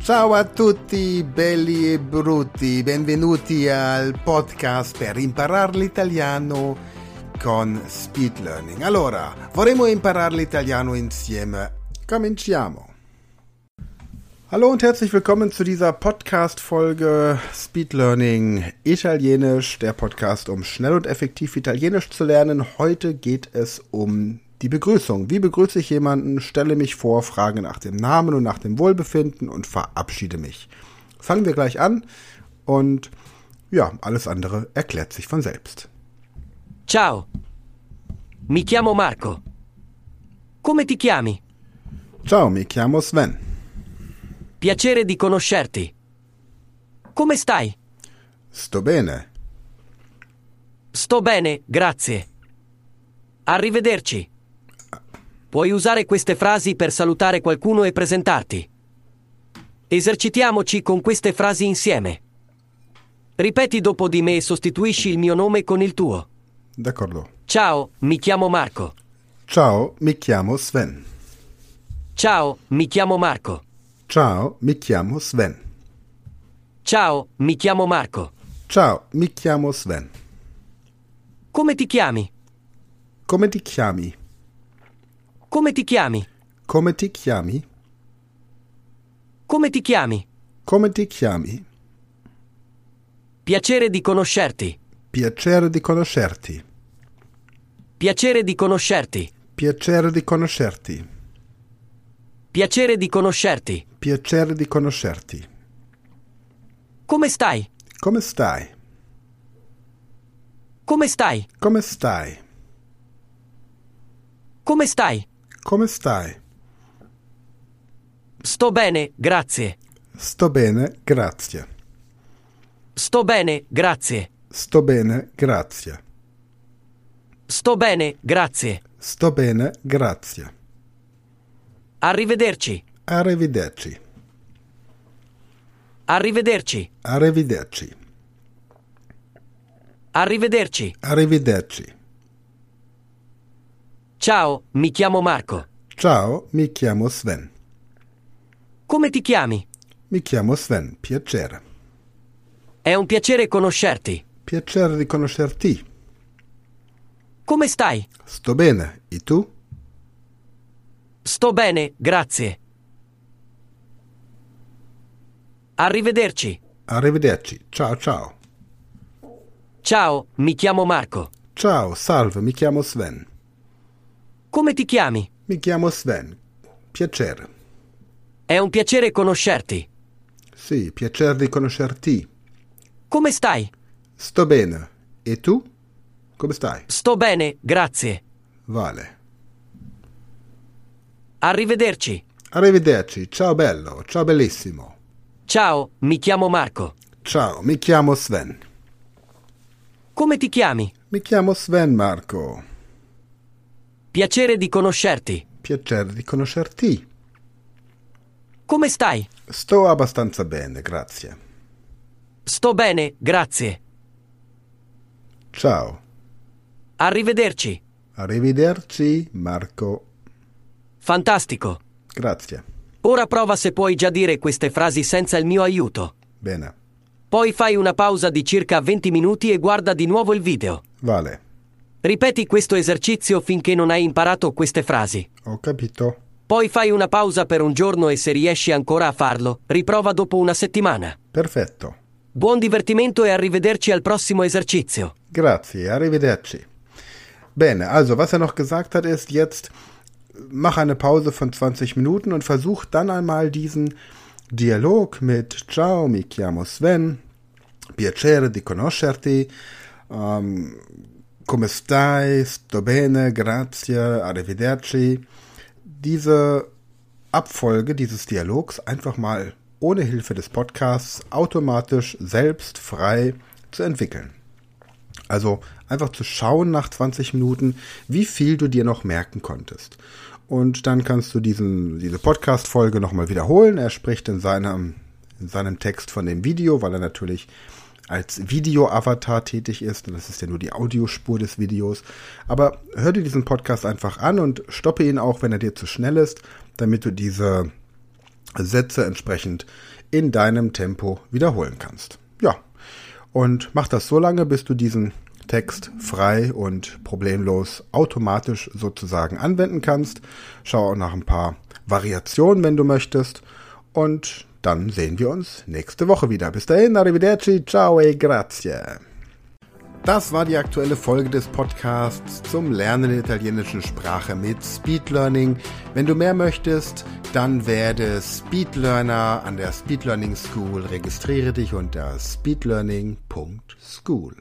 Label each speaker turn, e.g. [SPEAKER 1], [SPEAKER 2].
[SPEAKER 1] Ciao a tutti belli e brutti, benvenuti al podcast per imparare l'italiano con Speed Learning. Allora, vorremmo imparare l'italiano insieme. Cominciamo. Hallo und herzlich willkommen zu dieser Podcast-Folge Speed Learning Italienisch, der Podcast, um schnell und effektiv Italienisch zu lernen. Heute geht es um die Begrüßung. Wie begrüße ich jemanden, stelle mich vor, frage nach dem Namen und nach dem Wohlbefinden und verabschiede mich. Fangen wir gleich an und ja, alles andere erklärt sich von selbst.
[SPEAKER 2] Ciao, mi chiamo Marco. Come ti chiami?
[SPEAKER 1] Ciao, mi chiamo Sven.
[SPEAKER 2] Piacere di conoscerti. Come stai?
[SPEAKER 1] Sto bene.
[SPEAKER 2] Sto bene, grazie. Arrivederci. Puoi usare queste frasi per salutare qualcuno e presentarti. Esercitiamoci con queste frasi insieme. Ripeti dopo di me e sostituisci il mio nome con il tuo.
[SPEAKER 1] D'accordo.
[SPEAKER 2] Ciao, mi chiamo Marco.
[SPEAKER 1] Ciao, mi chiamo Sven.
[SPEAKER 2] Ciao, mi chiamo Marco.
[SPEAKER 1] Ciao, mi chiamo Sven.
[SPEAKER 2] Ciao, mi chiamo Marco.
[SPEAKER 1] Ciao, mi chiamo Sven.
[SPEAKER 2] Come ti chiami?
[SPEAKER 1] Come ti chiami?
[SPEAKER 2] Come ti chiami?
[SPEAKER 1] Come ti chiami?
[SPEAKER 2] Come ti chiami?
[SPEAKER 1] Come ti chiami?
[SPEAKER 2] Piacere di conoscerti.
[SPEAKER 1] Piacere di conoscerti.
[SPEAKER 2] Piacere di conoscerti.
[SPEAKER 1] Piacere di conoscerti.
[SPEAKER 2] Piacere di conoscerti.
[SPEAKER 1] Piacere di conoscerti.
[SPEAKER 2] Come stai?
[SPEAKER 1] Come stai?
[SPEAKER 2] Come stai?
[SPEAKER 1] Come stai?
[SPEAKER 2] Come stai?
[SPEAKER 1] Come stai?
[SPEAKER 2] Sto bene, grazie.
[SPEAKER 1] Sto bene, grazie.
[SPEAKER 2] Sto bene, grazie.
[SPEAKER 1] Sto bene, grazie.
[SPEAKER 2] Sto bene, grazie.
[SPEAKER 1] Sto bene, grazie.
[SPEAKER 2] Arrivederci.
[SPEAKER 1] Arrivederci.
[SPEAKER 2] Arrivederci.
[SPEAKER 1] Arrivederci.
[SPEAKER 2] Arrivederci.
[SPEAKER 1] Arrivederci.
[SPEAKER 2] Ciao, mi chiamo Marco.
[SPEAKER 1] Ciao, mi chiamo Sven.
[SPEAKER 2] Come ti chiami?
[SPEAKER 1] Mi chiamo Sven, piacere.
[SPEAKER 2] È un piacere conoscerti.
[SPEAKER 1] Piacere di conoscerti.
[SPEAKER 2] Come stai?
[SPEAKER 1] Sto bene, e tu?
[SPEAKER 2] Sto bene, grazie. Arrivederci.
[SPEAKER 1] Arrivederci. Ciao, ciao.
[SPEAKER 2] Ciao, mi chiamo Marco.
[SPEAKER 1] Ciao, salve, mi chiamo Sven.
[SPEAKER 2] Come ti chiami?
[SPEAKER 1] Mi chiamo Sven. Piacere.
[SPEAKER 2] È un piacere conoscerti.
[SPEAKER 1] Sì, piacere di conoscerti.
[SPEAKER 2] Come stai?
[SPEAKER 1] Sto bene. E tu? Come stai?
[SPEAKER 2] Sto bene, grazie.
[SPEAKER 1] Vale.
[SPEAKER 2] Arrivederci.
[SPEAKER 1] Arrivederci. Ciao bello, ciao bellissimo.
[SPEAKER 2] Ciao, mi chiamo Marco.
[SPEAKER 1] Ciao, mi chiamo Sven.
[SPEAKER 2] Come ti chiami?
[SPEAKER 1] Mi chiamo Sven Marco.
[SPEAKER 2] Piacere di conoscerti.
[SPEAKER 1] Piacere di conoscerti.
[SPEAKER 2] Come stai?
[SPEAKER 1] Sto abbastanza bene, grazie.
[SPEAKER 2] Sto bene, grazie.
[SPEAKER 1] Ciao.
[SPEAKER 2] Arrivederci.
[SPEAKER 1] Arrivederci, Marco.
[SPEAKER 2] Fantastico.
[SPEAKER 1] Grazie.
[SPEAKER 2] Ora prova se puoi già dire queste frasi senza il mio aiuto.
[SPEAKER 1] Bene.
[SPEAKER 2] Poi fai una pausa di circa 20 minuti e guarda di nuovo il video.
[SPEAKER 1] Vale.
[SPEAKER 2] Ripeti questo esercizio finché non hai imparato queste frasi.
[SPEAKER 1] Ho capito.
[SPEAKER 2] Poi fai una pausa per un giorno e se riesci ancora a farlo, riprova dopo una settimana.
[SPEAKER 1] Perfetto.
[SPEAKER 2] Buon divertimento e arrivederci al prossimo esercizio.
[SPEAKER 1] Grazie, arrivederci. Bene, also was er noch gesagt hat, ist jetzt, mach eine Pause von 20 Minuten und versuch dann einmal diesen Dialog mit Ciao, mi chiamo Sven, piacere di conoscerti, ähm, come stai, sto bene, grazie, arrivederci. Diese Abfolge dieses Dialogs einfach mal ohne Hilfe des Podcasts automatisch selbst frei zu entwickeln. Also einfach zu schauen nach 20 Minuten, wie viel du dir noch merken konntest. Und dann kannst du diesen, diese Podcast-Folge nochmal wiederholen. Er spricht in seinem, in seinem Text von dem Video, weil er natürlich als Video-Avatar tätig ist. Und das ist ja nur die Audiospur des Videos. Aber hör dir diesen Podcast einfach an und stoppe ihn auch, wenn er dir zu schnell ist, damit du diese Sätze entsprechend in deinem Tempo wiederholen kannst. Ja, und mach das so lange, bis du diesen Text frei und problemlos automatisch sozusagen anwenden kannst. Schau auch nach ein paar Variationen, wenn du möchtest. Und dann sehen wir uns nächste Woche wieder. Bis dahin, arrivederci, ciao e grazie. Das war die aktuelle Folge des Podcasts zum Lernen der italienischen Sprache mit Speed Learning. Wenn du mehr möchtest, dann werde Speed Learner an der Speed Learning School. Registriere dich unter speedlearning.school.